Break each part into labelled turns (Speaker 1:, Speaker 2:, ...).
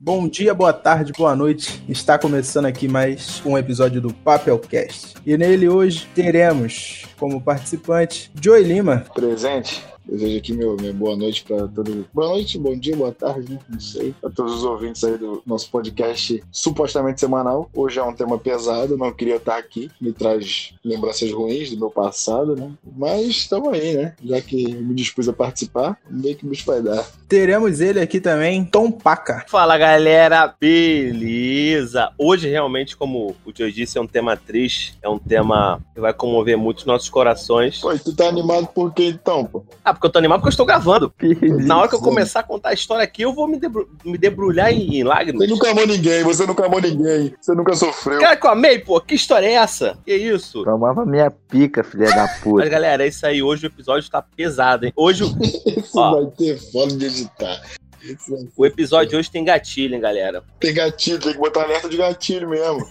Speaker 1: Bom dia, boa tarde, boa noite. Está começando aqui mais um episódio do Papelcast. E nele hoje teremos como participante Joey Lima.
Speaker 2: Presente. Desejo aqui meu, minha boa noite para todo Boa noite, bom dia, boa tarde, né? não sei. Para todos os ouvintes aí do nosso podcast supostamente semanal. Hoje é um tema pesado, não queria estar aqui. Me traz lembranças ruins do meu passado, né? Mas estamos aí, né? Já que me dispus a participar, vamos ver que bicho vai dar.
Speaker 1: Teremos ele aqui também, Tom Paca.
Speaker 3: Fala galera, beleza? Hoje realmente, como o Joe disse, é um tema triste, é um tema que vai comover muitos nossos corações.
Speaker 2: Pô, e tu tá animado por quê então, pô?
Speaker 3: Ah, porque eu tô animado porque eu estou gravando. Na hora que eu começar a contar a história aqui, eu vou me, debru- me debrulhar em, em
Speaker 2: Você
Speaker 3: lágrimas.
Speaker 2: nunca amou ninguém, você nunca amou ninguém, você nunca sofreu.
Speaker 3: Cara, que eu amei, pô, que história é essa? Que isso?
Speaker 4: Tomava minha pica, filha da
Speaker 3: Mas
Speaker 4: puta.
Speaker 3: galera, é isso aí. Hoje o episódio tá pesado, hein? Hoje o,
Speaker 2: Isso
Speaker 3: Ó.
Speaker 2: vai ter foda de editar. Isso vai
Speaker 3: o episódio de hoje tem gatilho, hein, galera?
Speaker 2: ter gatilho, tem que botar alerta de gatilho mesmo.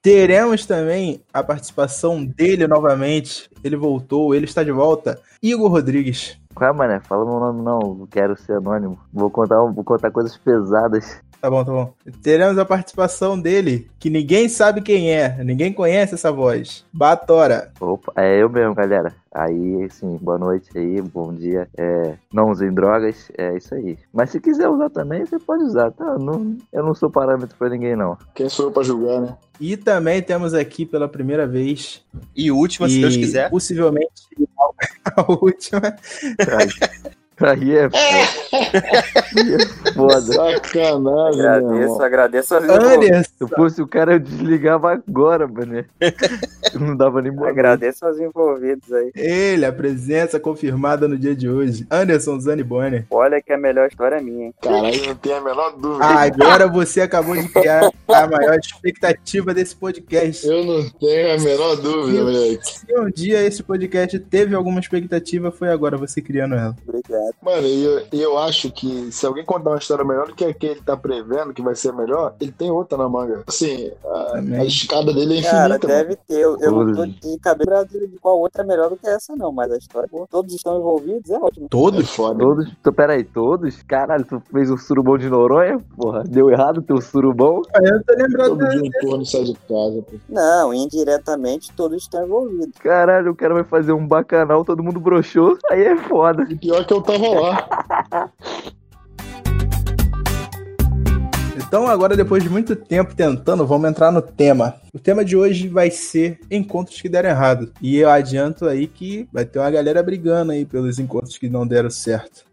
Speaker 1: Teremos também a participação dele novamente. Ele voltou, ele está de volta. Igor Rodrigues.
Speaker 4: Qual é, mané? Fala meu nome não, não quero ser anônimo. Vou contar, um- vou contar coisas pesadas.
Speaker 1: Tá bom, tá bom. Teremos a participação dele, que ninguém sabe quem é, ninguém conhece essa voz. Batora.
Speaker 4: Opa, é eu mesmo, galera. Aí, sim, boa noite aí, bom dia. É, não usem drogas, é isso aí. Mas se quiser usar também, você pode usar, tá? Não, eu não sou parâmetro pra ninguém, não.
Speaker 2: Quem sou eu pra julgar, né?
Speaker 1: E também temos aqui pela primeira vez
Speaker 3: E última, se
Speaker 1: E
Speaker 3: Deus quiser.
Speaker 1: Possivelmente a última.
Speaker 4: Aí, aí é, aí é foda.
Speaker 2: Sacanagem, meu irmão.
Speaker 5: Agradeço, agradeço a vida do ouvinte.
Speaker 1: Anderson.
Speaker 4: Se fosse o cara, eu desligava agora, mané. Não dava nem boa noite.
Speaker 5: Agradeço aos envolvidos aí.
Speaker 1: Ele, a presença confirmada no dia de hoje. Anderson Zani Bonner.
Speaker 5: Olha que a melhor história é minha, hein?
Speaker 2: Caralho, Ah, não tem a menor dúvida.
Speaker 1: Agora você acabou de criar a maior expectativa desse podcast.
Speaker 2: Eu não tenho a menor dúvida, moleque.
Speaker 1: Se um dia esse podcast teve alguma expectativa, foi agora você criando ela.
Speaker 5: Obrigado.
Speaker 2: Mano, e eu, e eu acho que se alguém contar uma história melhor do que a que ele tá prevendo, que vai ser a melhor, ele tem outra na manga. Assim, a,
Speaker 1: Amém.
Speaker 2: a escada dele é
Speaker 5: Cara,
Speaker 2: infinita, mano.
Speaker 5: deve ter. Eu, eu não tô
Speaker 4: Hoje.
Speaker 5: aqui cabelo de qual outra é melhor do que essa, não. Mas a história, pô, todos estão envolvidos, é ótimo.
Speaker 2: É
Speaker 1: Todos?
Speaker 2: foda.
Speaker 4: Todos, tu, peraí, todos? Caralho, tu fez um surubão de Noronha? Porra, deu errado teu surubão?
Speaker 1: Eu tô lembrando.
Speaker 2: Todo dia um corno sai de casa. pô.
Speaker 5: Não, indiretamente todos estão envolvidos.
Speaker 4: Caralho, o cara vai fazer um bacanal, todo mundo broxou. Aí é foda.
Speaker 2: E pior que eu tava lá.
Speaker 1: Então, agora, depois de muito tempo tentando, vamos entrar no tema. O tema de hoje vai ser encontros que deram errado. E eu adianto aí que vai ter uma galera brigando aí pelos encontros que não deram certo.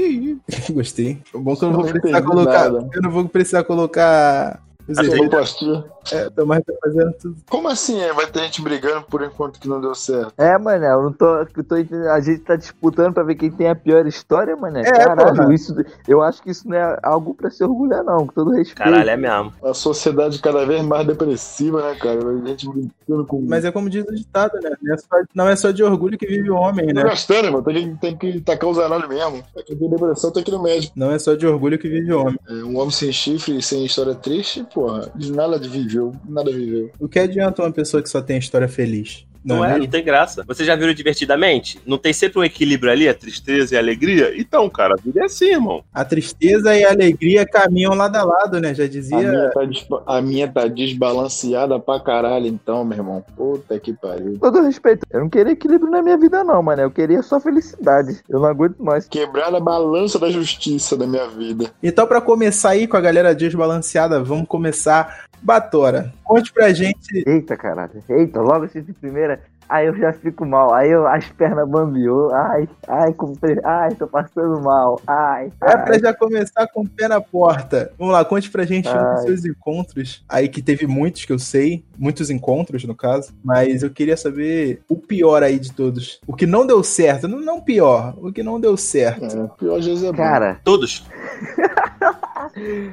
Speaker 1: Gostei. O É bom que eu não vou
Speaker 2: Não
Speaker 1: precisar
Speaker 2: entendi
Speaker 1: colocar.
Speaker 2: nada.
Speaker 1: Eu não vou precisar colocar. Os efeitos,
Speaker 2: Sonoplastia.
Speaker 1: é, o Tomás tá fazendo tudo.
Speaker 2: Como assim? é? Vai ter gente brigando por enquanto que não deu certo.
Speaker 4: É, mané, eu não tô, eu tô entendendo. A gente tá disputando pra ver quem tem a pior história, mané.
Speaker 1: É,
Speaker 4: Caralho,
Speaker 1: porra.
Speaker 4: isso, eu acho que isso não é algo pra se orgulhar, não. Com todo respeito.
Speaker 3: Caralho, é mesmo.
Speaker 2: A sociedade cada vez mais depressiva, né, cara? A gente brincando com.
Speaker 1: Mas é como diz o ditado, né? Não é só, não é só de orgulho que vive o homem,
Speaker 2: Tô
Speaker 1: né?
Speaker 2: gastando, irmão. Tem que, tem que tacar os análogos mesmo. Tá que tem depressão, tem que ir no médico.
Speaker 1: Não é só de orgulho que vive o homem.
Speaker 2: É, um homem sem chifre e sem história triste, porra, de nada de viveu, nada viveu.
Speaker 1: O que adianta uma pessoa que só tem história feliz?
Speaker 3: Não,
Speaker 1: Não,
Speaker 3: é,
Speaker 1: é?
Speaker 3: não tem graça. Você já viram divertidamente? Não tem sempre um equilíbrio ali, a tristeza e a alegria? Então, cara, a vida é assim, irmão.
Speaker 1: A tristeza e a alegria caminham lado a lado, né? Já
Speaker 2: A
Speaker 1: dizia.
Speaker 2: minha, tá desba- a minha tá desbalanceada pra caralho, então, meu irmão. Puta que pariu.
Speaker 4: Com Todo respeito. Eu não queria equilíbrio na minha vida, não, mané. Eu queria só felicidade. Eu não aguento mais.
Speaker 2: Quebrar a balança da justiça da minha vida.
Speaker 1: Então, pra começar aí com a galera desbalanceada, vamos começar. Batora, conte pra gente.
Speaker 4: Eita, caralho. Eita, logo assim de primeira. Aí eu já fico mal. Aí eu, as pernas bambiou. Ai, ai, comprei. Ai, tô passando mal. Ai, tá
Speaker 1: É
Speaker 4: ai.
Speaker 1: pra já começar com o pé na porta. Vamos lá, conte pra gente um dos
Speaker 4: Ai.
Speaker 1: seus encontros. Aí que teve muitos que eu sei, muitos encontros no caso, mas eu queria saber o pior aí de todos. O que não deu certo, não, não pior, o que não deu certo.
Speaker 2: É, pior às vezes é bom.
Speaker 4: Cara,
Speaker 3: Todos.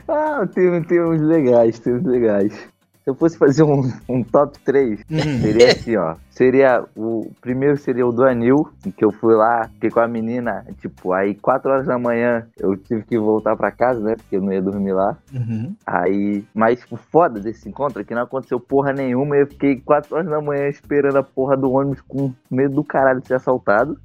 Speaker 4: ah, tem, tem uns legais, tem uns legais. Se eu fosse fazer um, um top 3,
Speaker 1: Uhum.
Speaker 4: seria assim, ó. Seria o o primeiro seria o do Anil, que eu fui lá, fiquei com a menina, tipo, aí 4 horas da manhã eu tive que voltar pra casa, né? Porque eu não ia dormir lá.
Speaker 1: Uhum.
Speaker 4: Aí, mas o foda desse encontro é que não aconteceu porra nenhuma. Eu fiquei 4 horas da manhã esperando a porra do ônibus com medo do caralho de ser assaltado.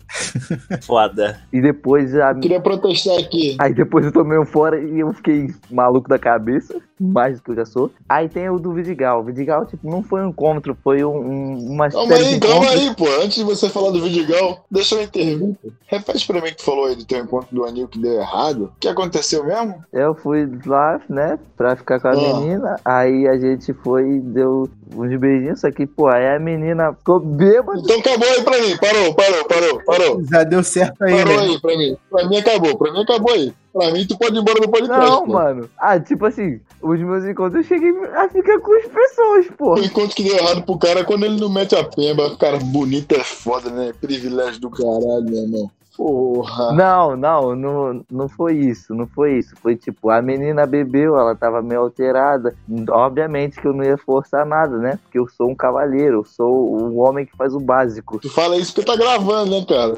Speaker 3: Foda.
Speaker 4: E depois a.
Speaker 2: Queria protestar aqui.
Speaker 4: Aí depois eu tomei um fora e eu fiquei maluco da cabeça, mais do que eu já sou. Aí tem o do Vidigal. O Vidigal, tipo, não foi um encontro, foi um, um- uma
Speaker 2: Calma
Speaker 4: série de
Speaker 2: aí, calma
Speaker 4: encontros.
Speaker 2: aí, pô. Antes de você falar do Vidigal, deixa eu intervir. pô. Repete pra mim que tu falou aí do teu encontro do Anil que deu errado. O que aconteceu mesmo?
Speaker 4: Eu fui lá, né, pra ficar com a
Speaker 2: Ah.
Speaker 4: menina. Aí a gente foi, deu uns beijinhos, só que, pô, aí a menina ficou bêbada.
Speaker 2: Então acabou aí pra mim. Parou, parou, parou, parou.
Speaker 1: Já deu certo aí,
Speaker 2: Parou
Speaker 1: né?
Speaker 2: aí pra mim. Pra mim acabou, pra mim acabou aí. Pra mim tu pode ir embora do podcast,
Speaker 4: Não,
Speaker 2: pô.
Speaker 4: mano. Ah, tipo assim, os meus encontros eu cheguei a ficar com as pessoas, pô.
Speaker 2: O encontro que deu errado pro cara é quando ele não mete a pemba. Cara, bonito é foda, né? Privilégio do caralho, meu irmão. Porra.
Speaker 4: Não, não, não, não foi isso, não foi isso. Foi tipo, a menina bebeu, ela tava meio alterada. Obviamente que eu não ia forçar nada, né? Porque eu sou um cavalheiro, eu sou um homem que faz o básico.
Speaker 2: Tu fala isso porque tá gravando, né, cara?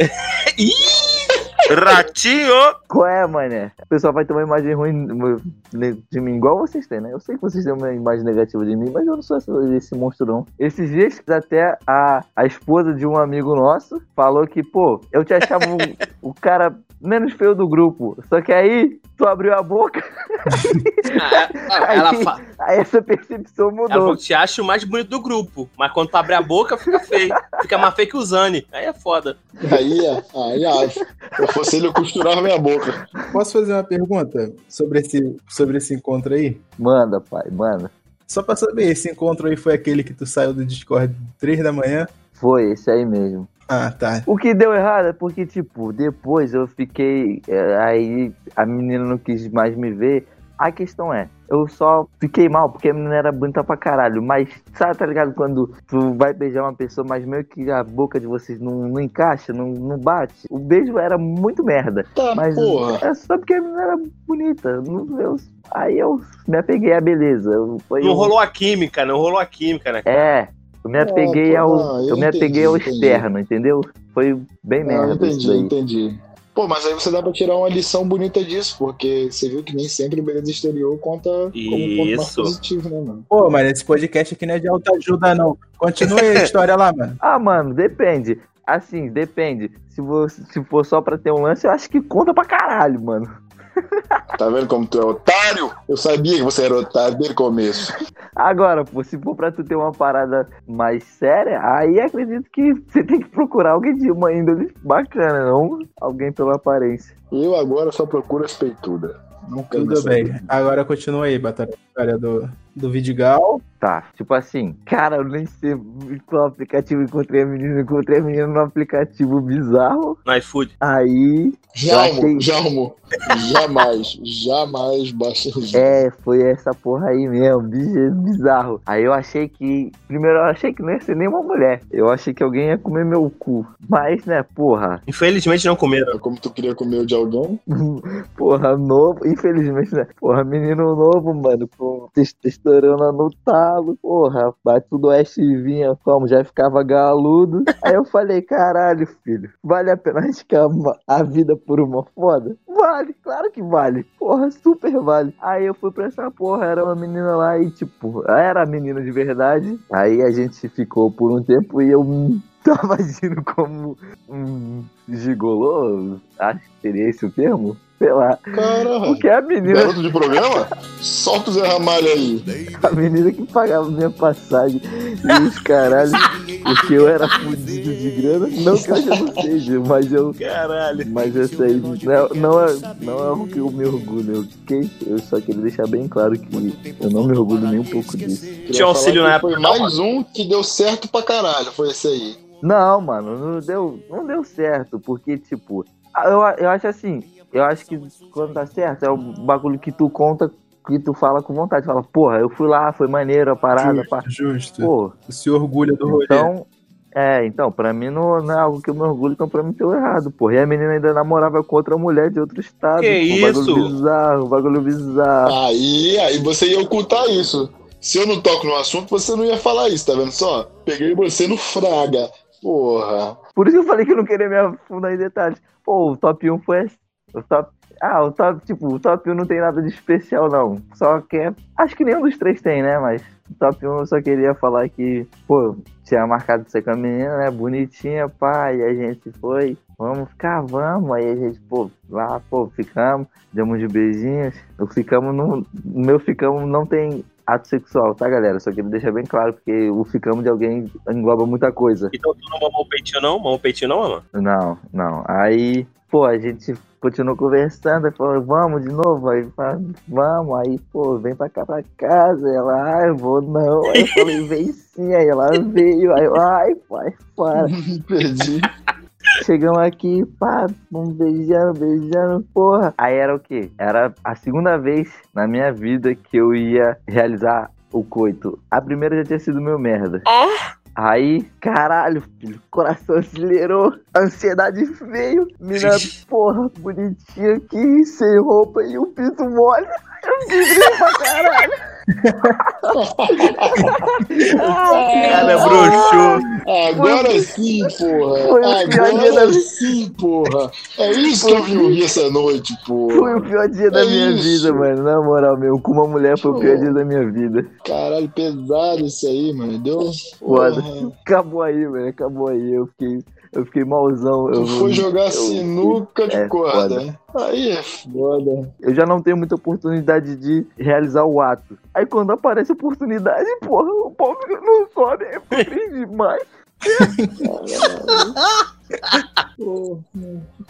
Speaker 3: Ratinho!
Speaker 4: Qual é, mané? O pessoal vai ter uma imagem ruim ne- de mim, igual vocês têm, né? Eu sei que vocês têm uma imagem negativa de mim, mas eu não sou esse, esse monstro, não. Esses dias, até a, a esposa de um amigo nosso falou que, pô, eu te achava o, o cara menos feio do grupo. Só que aí, tu abriu a boca,
Speaker 3: Ah, é, Ela, fa-
Speaker 4: aí essa percepção
Speaker 3: ela
Speaker 4: mudou.
Speaker 3: falou que te acha o mais bonito do grupo, mas quando tu abre a boca, fica feio. Fica mais feio que o Zane. Aí é foda.
Speaker 2: Aí, é- aí, é. se eu fosse ele, eu costurava minha boca.
Speaker 1: Posso fazer uma pergunta sobre esse, sobre esse encontro aí?
Speaker 4: Manda, pai, manda.
Speaker 1: Só pra saber, esse encontro aí foi aquele que tu saiu do Discord 3 da manhã?
Speaker 4: Foi, esse aí mesmo.
Speaker 1: Ah, tá.
Speaker 4: O que deu errado é porque, tipo, depois eu fiquei. é, Aí a menina não quis mais me ver. A questão é, eu só fiquei mal porque a menina era bonita pra caralho. Mas, sabe, tá ligado? Quando tu vai beijar uma pessoa, mas meio que a boca de vocês não, não encaixa, não, não bate. O beijo era muito merda.
Speaker 2: Tá,
Speaker 4: Mas
Speaker 2: porra.
Speaker 4: é só porque a menina era bonita. Não, eu, aí eu me apeguei à beleza. eu- Foi
Speaker 3: Não
Speaker 4: um-
Speaker 3: rolou a química, não rolou a química, né?
Speaker 4: É, eu me apeguei
Speaker 2: Ah, pô,
Speaker 4: ao.
Speaker 2: não, eu
Speaker 4: eu me
Speaker 2: entendi,
Speaker 4: apeguei ao
Speaker 2: entendi.
Speaker 4: externo, entendeu? Foi bem
Speaker 2: Ah,
Speaker 4: é merda. isso
Speaker 2: entendi,
Speaker 4: daí.
Speaker 2: entendi. Pô, mas aí você dá pra tirar uma lição bonita disso, porque você viu que nem sempre beleza exterior conta como um ponto mais
Speaker 3: Isso.
Speaker 2: positivo, né, mano?
Speaker 1: Pô, mano, esse podcast aqui não é de alta ajuda, não. Continua aí a história lá, mano.
Speaker 4: Ah, mano, depende. Assim, depende. Se, você, se for só pra ter um lance, eu acho que conta pra caralho, mano.
Speaker 2: Tá vendo como tu é otário? Eu sabia que você era otário desde o começo.
Speaker 4: Agora, pô, se for pra tu ter uma parada mais séria, aí acredito que você tem que procurar alguém de uma índole bacana, não alguém pela aparência.
Speaker 2: Eu agora só procuro as peitudas. Não quero
Speaker 1: Tudo
Speaker 2: mais saber.
Speaker 1: bem. Agora continua aí, Batalha. A História do, do Vidigal.
Speaker 4: Tá, tipo assim, cara, eu nem sei em qual aplicativo encontrei a menina, encontrei a menina num aplicativo bizarro.
Speaker 3: No iFood.
Speaker 4: Aí
Speaker 2: Jalmo,
Speaker 4: achei-
Speaker 2: Jalmo. Jamais, jamais baixa
Speaker 4: É, foi essa porra aí mesmo, bi- bizarro. Aí eu achei que. Primeiro eu achei que não ia ser nenhuma mulher. Eu achei que alguém ia comer meu cu. Mas, né, porra.
Speaker 3: Infelizmente não comeram.
Speaker 2: É Como tu queria comer o de alguém?
Speaker 4: Porra, novo. Infelizmente, né? Porra, menino novo, mano. Com testosterona no talo. Porra, bate do oeste e vinha como? Já ficava galudo. Aí eu falei, caralho, filho. Vale a pena arriscar uma- a vida por uma foda? Vale, claro que vale. Porra, super vale. Aí eu fui pra essa porra, era uma menina lá e, tipo, era a menina de verdade. Aí a gente ficou por um tempo e eu hum, tava agindo como um gigolô, acho que seria esse o termo? Sei lá.
Speaker 2: Caralho.
Speaker 4: Porque a menina,
Speaker 2: Garoto de programa? Solta o Zé Ramalho aí.
Speaker 4: a menina que pagava minha passagem e os caralhos, porque eu era fudido de grana, não que hoje eu não seja, mas eu
Speaker 3: Caralho.
Speaker 4: Mas essa aí não, não é, não é o que eu me orgulho. Eu, fiquei, eu só queria deixar bem claro que eu não me orgulho nem um pouco disso.
Speaker 2: Queria
Speaker 3: Tinha um auxílio
Speaker 2: falar
Speaker 3: na
Speaker 2: que Foi
Speaker 3: época. não, mano.
Speaker 2: mais um que deu certo pra caralho, foi esse aí.
Speaker 4: Não, mano, não deu, não deu certo, porque, tipo, eu, eu acho assim, eu acho que quando tá certo é o bagulho que tu conta, que tu fala com vontade. Fala, porra, eu fui lá, foi maneiro a parada, pá.
Speaker 1: Justo.
Speaker 4: Pô,
Speaker 1: Se orgulha do rolê.
Speaker 4: Então, é, então, pra mim não, não é algo que eu me orgulho, então pra mim deu errado, porra. E a menina ainda namorava com outra mulher de outro estado.
Speaker 3: Que
Speaker 4: pô, um Bagulho
Speaker 3: isso?
Speaker 4: bizarro, um bagulho bizarro.
Speaker 2: Aí, aí você ia ocultar isso. Se eu não toco no assunto, você não ia falar isso, tá vendo só? Peguei você no fraga. Porra.
Speaker 4: Por isso que eu falei que eu não queria me afundar em detalhes. Pô, um o top 1 foi assim. O top, Ah, o top, tipo, o top 1 não tem nada de especial, não. Só que é. Acho que nenhum dos três tem, né? Mas o top 1 eu só queria falar que, pô, tinha marcado isso aí com a menina, né? Bonitinha, pá, e a gente foi. Vamos ficar, vamos. Aí a gente, pô, lá, pô, ficamos, demos de beijinhos. O ficamos não. O meu ficamos não tem ato sexual, tá, galera? Só queria deixar bem claro, porque o ficamos de alguém engloba muita coisa.
Speaker 3: Então tu não mamou o peitinho, não? Mamou o peitinho, não, mano?
Speaker 4: Não, não. Aí, pô, a gente continuou conversando, aí falou, vamos de novo, aí fala, vamos, aí, pô, vem pra cá pra casa, aí ela, ah, eu vou não, aí eu falei, vem sim, aí ela veio, aí eu, ai, pai, para.
Speaker 2: Perdi.
Speaker 4: Chegamos aqui, pá, vamos beijando, beijando, porra. Aí era o quê? Era a segunda vez na minha vida que eu ia realizar o coito. A primeira já tinha sido meu merda. Aí, caralho, filho, coração acelerou, ansiedade veio, mina, porra, bonitinha aqui, sem roupa e um pinto mole. Eu vibrei pra caralho.
Speaker 2: Ah,
Speaker 5: É,
Speaker 3: Cara, é bruxou.
Speaker 2: Agora sim, porra.
Speaker 4: Foi o pior dia da
Speaker 2: Agora sim, porra. É isso que eu vivi essa noite,
Speaker 4: Foi o
Speaker 2: porra.
Speaker 4: pior dia da
Speaker 2: É
Speaker 4: minha
Speaker 2: isso.
Speaker 4: vida, mano. Na moral, meu, com uma mulher foi o pior dia da minha vida.
Speaker 2: Caralho, pesado isso aí, mano. Deu. um
Speaker 4: Foda.
Speaker 2: Porra.
Speaker 4: Acabou aí, velho. Acabou aí. Eu fiquei, eu fiquei malzão. Eu,
Speaker 2: Tu foi jogar
Speaker 4: eu-
Speaker 2: sinuca de
Speaker 4: é
Speaker 2: corda.
Speaker 4: foda.
Speaker 2: Aí é foda.
Speaker 4: Eu já não tenho muita oportunidade de realizar o ato. Aí quando aparece a oportunidade, porra, o pau fica- não sobe. É triste demais.
Speaker 2: Porra.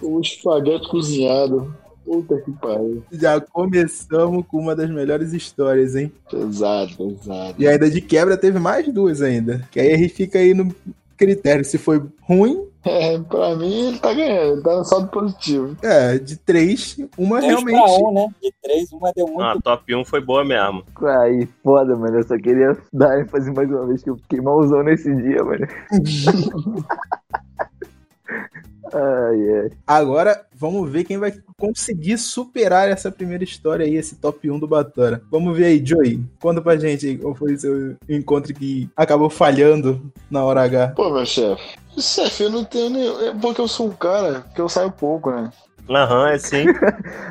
Speaker 2: O espaguete cozinhado. Puta que pariu.
Speaker 1: Já começamos com uma das melhores histórias, hein?
Speaker 2: Pesado, pesado.
Speaker 1: E ainda de quebra teve mais duas ainda. Que aí fica aí no critério se foi ruim.
Speaker 2: É, pra mim ele tá ganhando, ele tá no saldo positivo.
Speaker 1: É, de três, uma
Speaker 5: Dois pra
Speaker 1: realmente.
Speaker 5: um, né? De três, uma deu muito.
Speaker 3: Ah, top 1 foi boa mesmo.
Speaker 4: Aí, foda, mano. Eu só queria dar ênfase mais uma vez que eu fiquei malzão nesse dia, mano. Ai, é. ai.
Speaker 1: Agora vamos ver quem vai conseguir superar essa primeira história aí, esse top 1 do Batora. Vamos ver aí, Joey. Conta pra gente aí qual foi o seu encontro que acabou falhando na hora H.
Speaker 2: Pô, meu chefe. Chefe, eu não tenho nenhum. É porque eu sou um cara que eu saio pouco, né?
Speaker 3: Aham, é sim.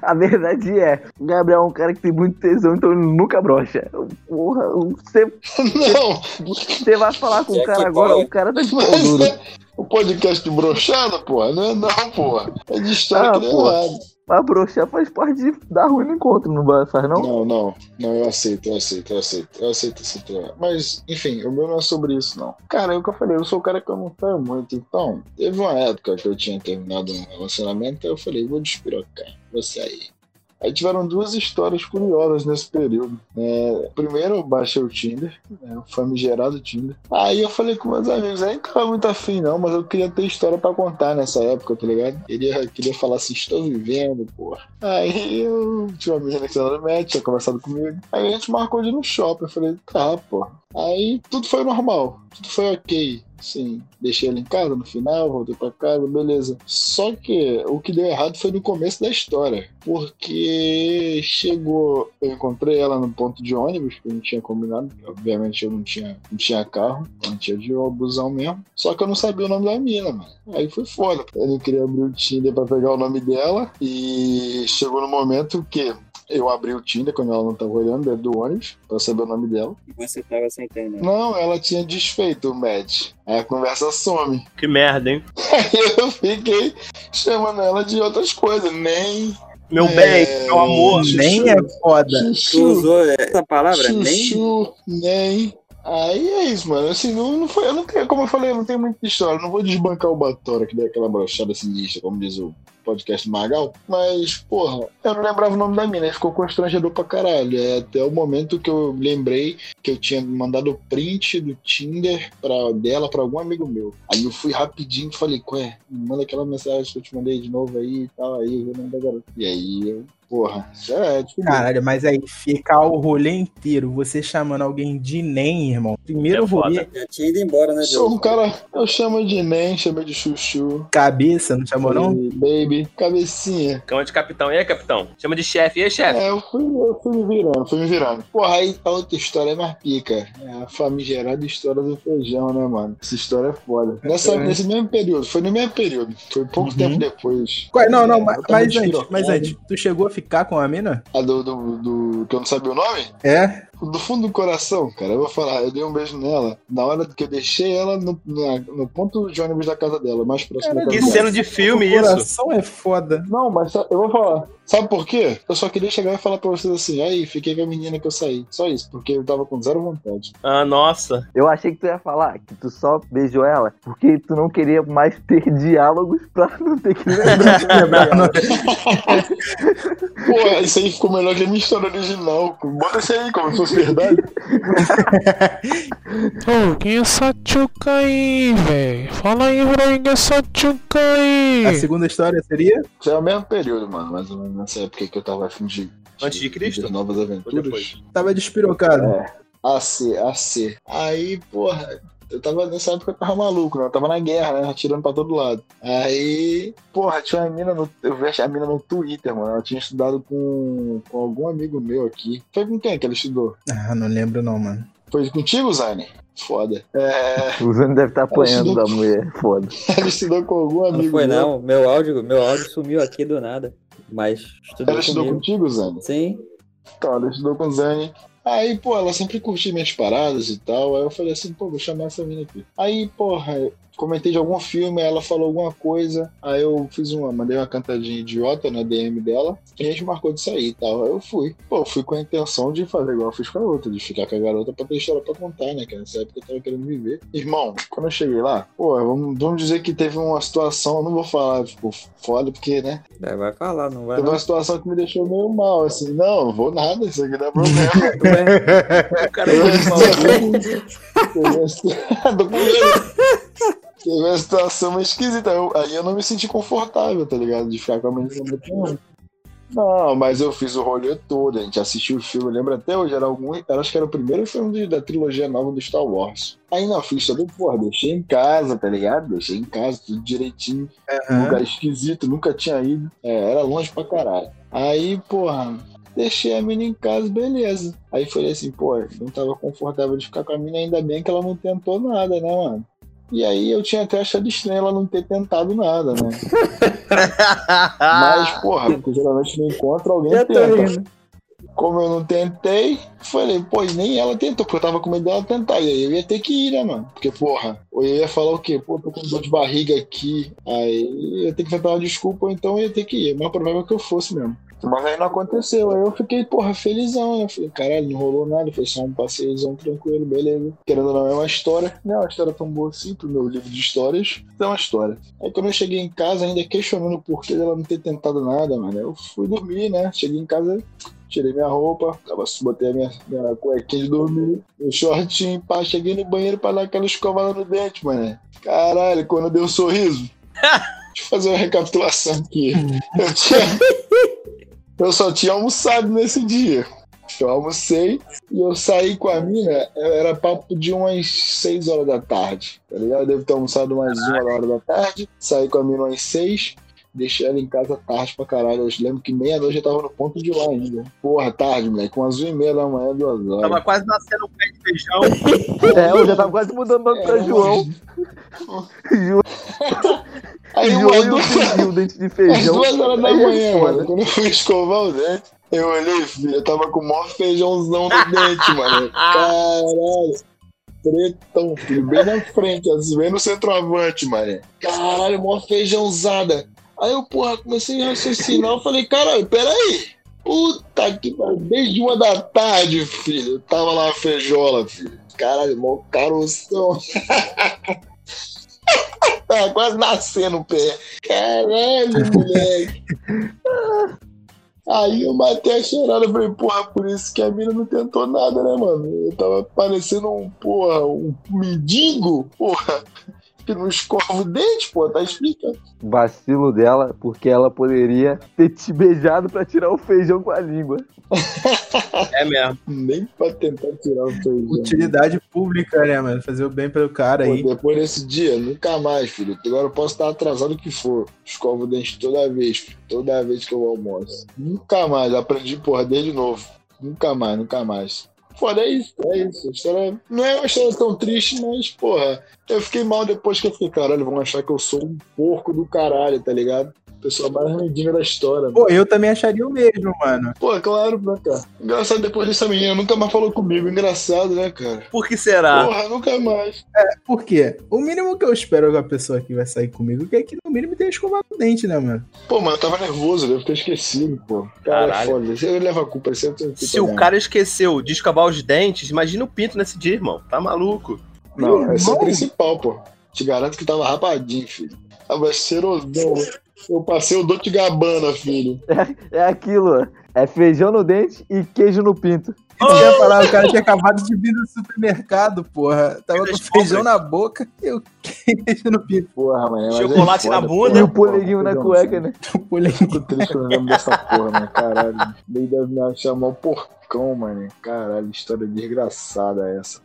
Speaker 4: A verdade é, o Gabriel é um cara que tem muito tesão, então ele nunca brocha. Porra, você,
Speaker 2: Não!
Speaker 4: você vai falar com o
Speaker 5: É que
Speaker 4: cara agora,
Speaker 5: foi.
Speaker 4: o cara tá de pau
Speaker 2: Mas
Speaker 4: duro.
Speaker 2: é o podcast de brochada, porra, não é não, porra. É de história
Speaker 4: Ah,
Speaker 2: que nem
Speaker 4: porra.
Speaker 2: nada.
Speaker 4: Mas broxar faz parte de dar ruim no encontro, não vai- faz não?
Speaker 2: Não, não, não, eu aceito, eu aceito, eu aceito, eu aceito esse tema. Mas, enfim, o meu não é sobre isso, não. Cara, é o que eu falei, eu sou o cara que eu não saio muito. Então, teve uma época que eu tinha terminado um relacionamento, aí eu falei, vou despirocar, vou sair. Aí tiveram duas histórias curiosas nesse período. né? primeiro, eu baixei o Tinder, né, o famigerado Tinder. Aí eu falei com meus amigos, aí não tava muito afim não, mas eu queria ter história pra contar nessa época, tá ligado? Queria, queria falar assim, estou vivendo, porra. Aí eu tinha uma menina que era médica, tinha conversado comigo. Aí a gente marcou de ir no shopping. Eu falei, tá, pô. Aí tudo foi normal, tudo foi ok. Sim, deixei ela em casa no final, voltei pra casa, beleza. Só que o que deu errado foi no começo da história. Porque chegou, eu encontrei ela no ponto de ônibus, que eu não tinha combinado. porque, Obviamente eu não tinha, não tinha carro, não tinha de busão mesmo. Só que eu não sabia o nome da mina, mano. Aí foi foda. Eu não queria abrir o Tinder pra pegar o nome dela. E chegou no momento que eu abri o Tinder quando ela não tava olhando, dentro do ônibus, pra saber o nome dela.
Speaker 5: E você tava sem internet.
Speaker 2: Não, ela tinha desfeito o match. Aí a conversa some.
Speaker 3: Que merda, hein?
Speaker 2: Aí eu fiquei chamando ela de outras coisas, nem
Speaker 3: Meu
Speaker 2: É.
Speaker 3: bem, meu amor.
Speaker 2: Xuxu.
Speaker 1: Nem é foda.
Speaker 5: Tu
Speaker 2: chuchu,
Speaker 5: usou essa palavra? Nem.
Speaker 2: chuchu, nem. Aí é isso, mano. Assim, não, não foi, eu não tenho, como eu falei, eu não tenho muita história. Não vou desbancar o Batora, que deu aquela brochada sinistra, como diz o podcast do Magal. Mas, porra, eu não lembrava o nome da mina, aí ficou constrangedor pra caralho. É até o momento que eu lembrei que eu tinha mandado o print do Tinder pra, dela pra algum amigo meu. Aí eu fui rapidinho e falei, ué, manda aquela mensagem que eu te mandei de novo aí e tal, aí eu vi o nome da garota. E aí eu, Porra, isso é difícil.
Speaker 1: Caralho, mas aí ficar o rolê inteiro, você chamando alguém de nem, irmão. Primeiro
Speaker 3: É
Speaker 1: rolê,
Speaker 5: Já tinha ido embora, né,
Speaker 2: Eu Sou um cara, eu chamo de Nen, chamo de Chuchu,
Speaker 1: cabeça, não chamou não?
Speaker 2: e Baby, Cabecinha.
Speaker 3: Cama de capitão. E aí, capitão? Chama de chefe. E aí, chefe?
Speaker 2: É, eu fui, eu fui me virando, fui me virando. Porra, aí a outra história é mais pica. É a famigerada história do feijão, né, mano? Essa história é foda. Nessa,
Speaker 1: É.
Speaker 2: Nesse mesmo período, foi no mesmo período. Foi pouco
Speaker 1: Uhum.
Speaker 2: tempo depois.
Speaker 1: Qual- Não, não,
Speaker 2: É,
Speaker 1: mas,
Speaker 2: eu tava
Speaker 1: mas antes,
Speaker 2: despirocado.
Speaker 1: mas antes, tu chegou a ficar com a mina?
Speaker 2: A do, do, do- que eu não sabia o nome?
Speaker 1: É?
Speaker 2: Do fundo do coração, cara, eu vou falar, eu dei um beijo nela. Na hora que eu deixei ela no, na- no ponto de ônibus da casa dela, mais próximo da
Speaker 1: Caralho,
Speaker 2: casa
Speaker 3: Que
Speaker 1: Não.
Speaker 3: cena de filme
Speaker 1: o
Speaker 3: isso.
Speaker 1: coração é foda.
Speaker 2: Não, mas sa- eu vou falar. Sabe por quê? Eu só queria chegar e falar pra vocês assim, aí, fiquei com a menina que eu saí. Só isso, porque eu tava com zero vontade.
Speaker 3: Ah, nossa.
Speaker 4: Eu achei que tu ia falar que tu só beijou ela porque tu não queria mais ter diálogos pra não ter que lembrar.
Speaker 2: Porra, isso aí ficou melhor que a minha história original. Bota isso aí como se fosse verdade.
Speaker 6: Ô, quem é essa tchuca aí, véi? Fala aí pra mim quem é essa tchuca
Speaker 1: A
Speaker 6: aí.
Speaker 1: segunda história seria?
Speaker 2: Isso é o mesmo período, mano, mais ou menos nessa época que eu tava afim de...
Speaker 3: Antes de Cristo?
Speaker 2: de Novas
Speaker 3: Ou depois?
Speaker 2: aventuras.
Speaker 1: Tava despirocado.
Speaker 2: AC, AC. Aí, porra, eu tava nessa época eu tava maluco, né? Eu tava na guerra, né? Atirando pra todo lado. Aí, porra, tinha uma mina no. Eu vi a mina no Twitter, mano. Ela tinha estudado com, com algum amigo meu aqui. Foi com quem que ela estudou?
Speaker 1: Ah, não lembro não, mano.
Speaker 2: Foi contigo, Zane? Foda. É,
Speaker 4: O Zane deve estar apanhando da mulher, foda.
Speaker 2: ela estudou com algum amigo né?
Speaker 5: Não foi
Speaker 2: meu.
Speaker 5: não, meu áudio, meu áudio sumiu aqui do nada, mas estudou
Speaker 2: Ela estudou
Speaker 5: comigo.
Speaker 2: contigo, Zane?
Speaker 5: Sim,
Speaker 2: Então, ela estudou com o Zane. Aí, pô, ela sempre curtia minhas paradas e tal. Aí eu falei assim, pô, vou chamar essa mina aqui. Aí, porra, eu comentei de algum filme, ela falou alguma coisa. Aí eu fiz uma, mandei uma cantadinha idiota na DM dela. E a gente marcou de sair e tal. Aí eu fui. Pô, eu fui com a intenção de fazer igual eu fiz com a outra, de ficar com a garota pra ter história pra contar, né? Que nessa época eu tava querendo viver. Irmão, quando eu cheguei lá, pô, vamos, vamos dizer que teve uma situação, eu não vou falar, tipo, foda, porque, né?
Speaker 5: É, vai falar, não vai
Speaker 2: Teve
Speaker 5: não.
Speaker 2: uma situação que me deixou meio mal, assim, não, vou nada, isso aqui dá problema.
Speaker 5: Ué,
Speaker 3: O cara
Speaker 2: É.
Speaker 3: é foi de mal.
Speaker 2: Teve uma situa- do primeiro. Teve uma situação meio esquisita. Eu- aí eu não me senti confortável, tá ligado? De ficar com a menina muito tempo. Não, mas eu fiz o rolê todo, a gente assistiu o filme, lembra até hoje, era algum, era- acho que era o primeiro filme de- da trilogia nova do Star Wars. Aí na ficha do porra, deixei em casa, tá ligado? Deixei em casa, tudo direitinho.
Speaker 1: É.
Speaker 2: Um lugar esquisito, nunca tinha ido. É, era longe pra caralho. Aí, porra, deixei a mina em casa, beleza. Aí falei assim, pô, não tava confortável de ficar com a mina, ainda bem que ela não tentou nada, né, mano? E aí eu tinha até achado estranho ela não ter tentado nada, né? Mas, porra, porque geralmente no encontro alguém
Speaker 5: já Ah. tô
Speaker 2: tenta.
Speaker 5: rindo.
Speaker 2: Como eu não tentei, falei, pô, e nem ela tentou, porque eu tava com medo dela tentar. E aí eu ia ter que ir, né, mano? Porque, porra, ou eu ia falar o quê? Pô, tô com dor de barriga aqui. Aí eu ia ter que inventar uma desculpa, ou então eu ia ter que ir. O mais provável é que eu fosse mesmo. Mas aí não aconteceu. Aí eu fiquei, porra, felizão, né? Falei, caralho, não rolou nada. Foi só um passeiozão tranquilo, beleza. Querendo ou não, é uma história. Não é uma história tão boa assim pro meu livro de histórias. mas É uma história. Aí quando eu cheguei em casa, ainda questionando o porquê dela não ter tentado nada, mano. Eu fui dormir, né? Cheguei em casa, Tirei minha roupa, tava, botei a minha, minha cuequinha de dormir, meu shortinho, pá, cheguei no banheiro pra dar aquela escovada no dente, mano. Caralho, quando deu um sorriso. deixa eu fazer uma recapitulação aqui. Eu, tinha- eu só tinha almoçado nesse dia. Eu almocei e eu saí com a mina, era papo de umas 6 horas da tarde, tá ligado? Eu devo ter almoçado umas 1 hora da tarde, saí com a mina umas 6, Deixei ela em casa tarde pra caralho. Eu lembro que meia-noite eu tava no ponto de lá ainda. Porra, tarde, moleque. Umas duas e meia da manhã, duas horas.
Speaker 3: Tava quase nascendo um pé de feijão.
Speaker 4: É, eu já tava quase mudando o nome pra
Speaker 2: Era
Speaker 4: João. João,
Speaker 2: Aí
Speaker 4: João
Speaker 2: umas
Speaker 4: e o
Speaker 2: duas,
Speaker 4: filho e o dente de
Speaker 2: às
Speaker 4: feijão.
Speaker 2: duas horas da
Speaker 4: Aí é
Speaker 2: manhã,
Speaker 4: foda.
Speaker 2: mano. Quando eu fui escovar o dente, eu olhei, filho, eu tava com o maior feijãozão no dente, mano. Caralho. Pretão, filho, bem na frente, assim, bem no centroavante, mano. Caralho, mó feijãozada. Aí eu, porra, comecei a raciocinar, eu falei, caralho, peraí. Puta que pariu, desde uma da tarde, filho. Eu tava lá na feijola, filho. Caralho, mó caroção. Tava quase nascendo o pé. Caralho, moleque. Aí eu matei a cheirada, falei, porra, por isso que a mina não tentou nada, né, mano? Eu tava parecendo um, porra, um mendigo, porra. que não escova o dente, pô, tá explicando.
Speaker 4: Vacilo dela, porque ela poderia ter te beijado pra tirar o feijão com a língua.
Speaker 3: É mesmo.
Speaker 2: Nem pra tentar tirar o feijão.
Speaker 1: Utilidade pública, né, mano? Fazer o bem pelo cara aí.
Speaker 2: Pô, depois desse dia, nunca mais, filho. Agora eu posso estar atrasado o que for. Escovo o dente toda vez, filho. toda vez que eu almoço. Nunca mais. Aprendi, porra, desde novo. Nunca mais, nunca mais. Foda, é isso, é isso. A história não é uma história tão triste, mas, porra, eu fiquei mal depois que eu fiquei, caralho, vão achar que eu sou um porco do caralho, tá ligado? Pessoa mais mendiga da história.
Speaker 1: Pô, eu também acharia o mesmo, mano.
Speaker 2: Pô, claro, né, cara? Engraçado, depois disso a menina nunca mais falou comigo. Engraçado, né, cara?
Speaker 3: Por que será?
Speaker 2: Porra, nunca mais.
Speaker 1: É Por quê? O mínimo que eu espero que a pessoa que vai sair comigo é que no mínimo tenha escovado o dente, né, mano?
Speaker 2: Pô, mano, eu tava nervoso, devo ter esquecido, pô. Cara, é
Speaker 3: Caralho.
Speaker 2: foda. Eu levo a culpa, sempre tem que
Speaker 3: Se o
Speaker 2: pegar.
Speaker 3: cara esqueceu de escovar os dentes, imagina o pinto nesse dia, irmão. Tá maluco?
Speaker 2: Não, esse é o
Speaker 1: Irmão?
Speaker 2: principal, pô. Te garanto que tava rapadinho, filho. Ah, Tava cheirodão. Eu passei o Dolce Gabbana, filho.
Speaker 4: É aquilo, ó. é feijão no dente e queijo no pinto.
Speaker 1: Eu
Speaker 3: Ah.
Speaker 1: ia falar, o cara tinha acabado de vir do supermercado, porra. Tava com
Speaker 3: Eles
Speaker 1: feijão na boca e eu queijo no pinto.
Speaker 2: Porra, mano. mas é
Speaker 3: Chocolate
Speaker 2: foda,
Speaker 3: na
Speaker 2: pô.
Speaker 3: bunda. né?
Speaker 4: E o poleguinho na cueca, né?
Speaker 1: Olha aí.
Speaker 2: Fico triste quando eu lembro dessa porra, mano. Caralho. Ele deve me achar mó porcão, mano. Caralho, história desgraçada essa.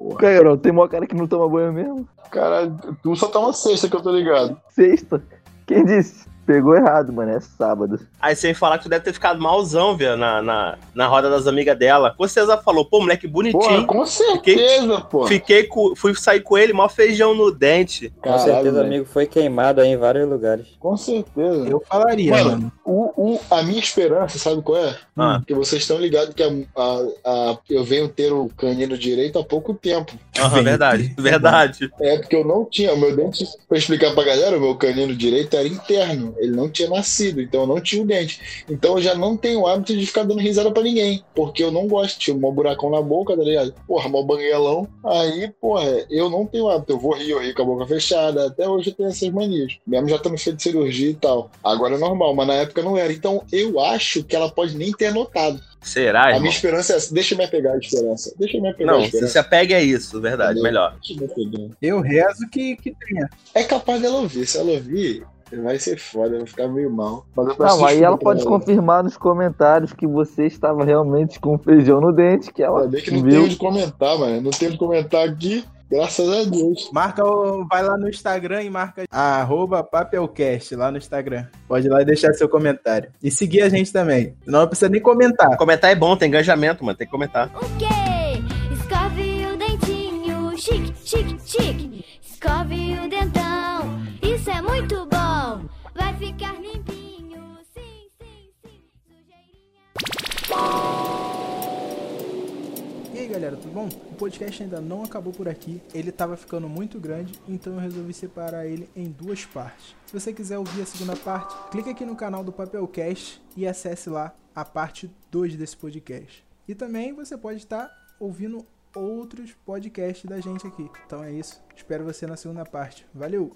Speaker 4: né? Cara, tem mó cara que não toma banho mesmo.
Speaker 2: Caralho, tu só tá uma sexta que eu tô ligado.
Speaker 4: Sexta. Quem disse? Pegou errado, mano. É sábado.
Speaker 3: Aí sem falar que tu deve ter ficado malzão, velho, na, na, na roda das amigas dela. Você já falou, pô, moleque
Speaker 2: Porra,
Speaker 3: bonitinho.
Speaker 2: com certeza, pô.
Speaker 3: Fiquei com, fui sair com ele, mó feijão no dente.
Speaker 5: Com certeza,
Speaker 2: velho.
Speaker 5: amigo, foi queimado aí em vários lugares.
Speaker 2: Com certeza.
Speaker 1: Eu falaria,
Speaker 2: Mano,
Speaker 1: mano.
Speaker 2: O, o- a minha esperança, sabe qual é?
Speaker 3: Ah.
Speaker 2: Que vocês estão ligados que a, a- a- eu venho ter o canino direito há pouco tempo.
Speaker 3: Aham,
Speaker 1: Vem,
Speaker 3: verdade,
Speaker 1: vem.
Speaker 3: verdade.
Speaker 2: É porque eu não tinha, o meu dente, pra explicar pra galera, o meu canino direito era interno. Ele não tinha nascido, então eu não tinha o dente. Então eu já não tenho o hábito de ficar dando risada pra ninguém, porque eu não gosto. Tinha um buracão na boca, tá ligado? Porra, mó banguelão. Aí, porra, eu não tenho hábito. Eu vou rir, eu rio com a boca fechada. Até hoje eu tenho essas manias. Mesmo já tendo feito cirurgia e tal. Agora é normal, mas na época não era. Então eu acho que ela pode nem ter notado.
Speaker 3: Será,
Speaker 2: A
Speaker 3: irmão?
Speaker 2: minha esperança é essa. Deixa eu me apegar à esperança. Deixa eu me apegar à
Speaker 3: Não, se
Speaker 2: esperança.
Speaker 3: se apegue é isso, verdade,
Speaker 2: Valeu.
Speaker 3: melhor.
Speaker 2: Deixa eu me apegar.
Speaker 1: Eu rezo que, que tenha.
Speaker 2: É capaz dela ouvir. Se ela ouvir, vai ser foda, vai ficar meio mal. Mas eu peço
Speaker 4: Não, aí
Speaker 2: desculpa
Speaker 4: ela
Speaker 2: pra
Speaker 4: pode confirmar nos comentários que você estava realmente com feijão no dente, que ela
Speaker 2: Ainda bem que não tem
Speaker 4: viu.
Speaker 2: onde comentar, mano. Não tem onde comentar aqui, graças a Deus.
Speaker 1: Marca o. Vai lá no Instagram e marca arroba papelcast lá no Instagram. Pode ir lá e deixar seu comentário. E seguir a gente também. Senão não precisa nem comentar.
Speaker 3: Comentar é bom, tem engajamento, mano, tem que comentar.
Speaker 7: O quê? Escove o dentinho, chique, chique, chique. Escove o dentão, isso é muito bom. Vai ficar limpinho, sim, sim, sim. Sujeirinha.
Speaker 1: E aí, galera, tudo bom? O podcast ainda não acabou por aqui, ele tava ficando muito grande, então eu resolvi separar ele em duas partes. Se você quiser ouvir a segunda parte, clique aqui no canal do Papelcast e acesse lá a parte 2 desse podcast. E também você pode tá estar ouvindo outros podcasts da gente aqui. Então é isso, espero você na segunda parte. Valeu!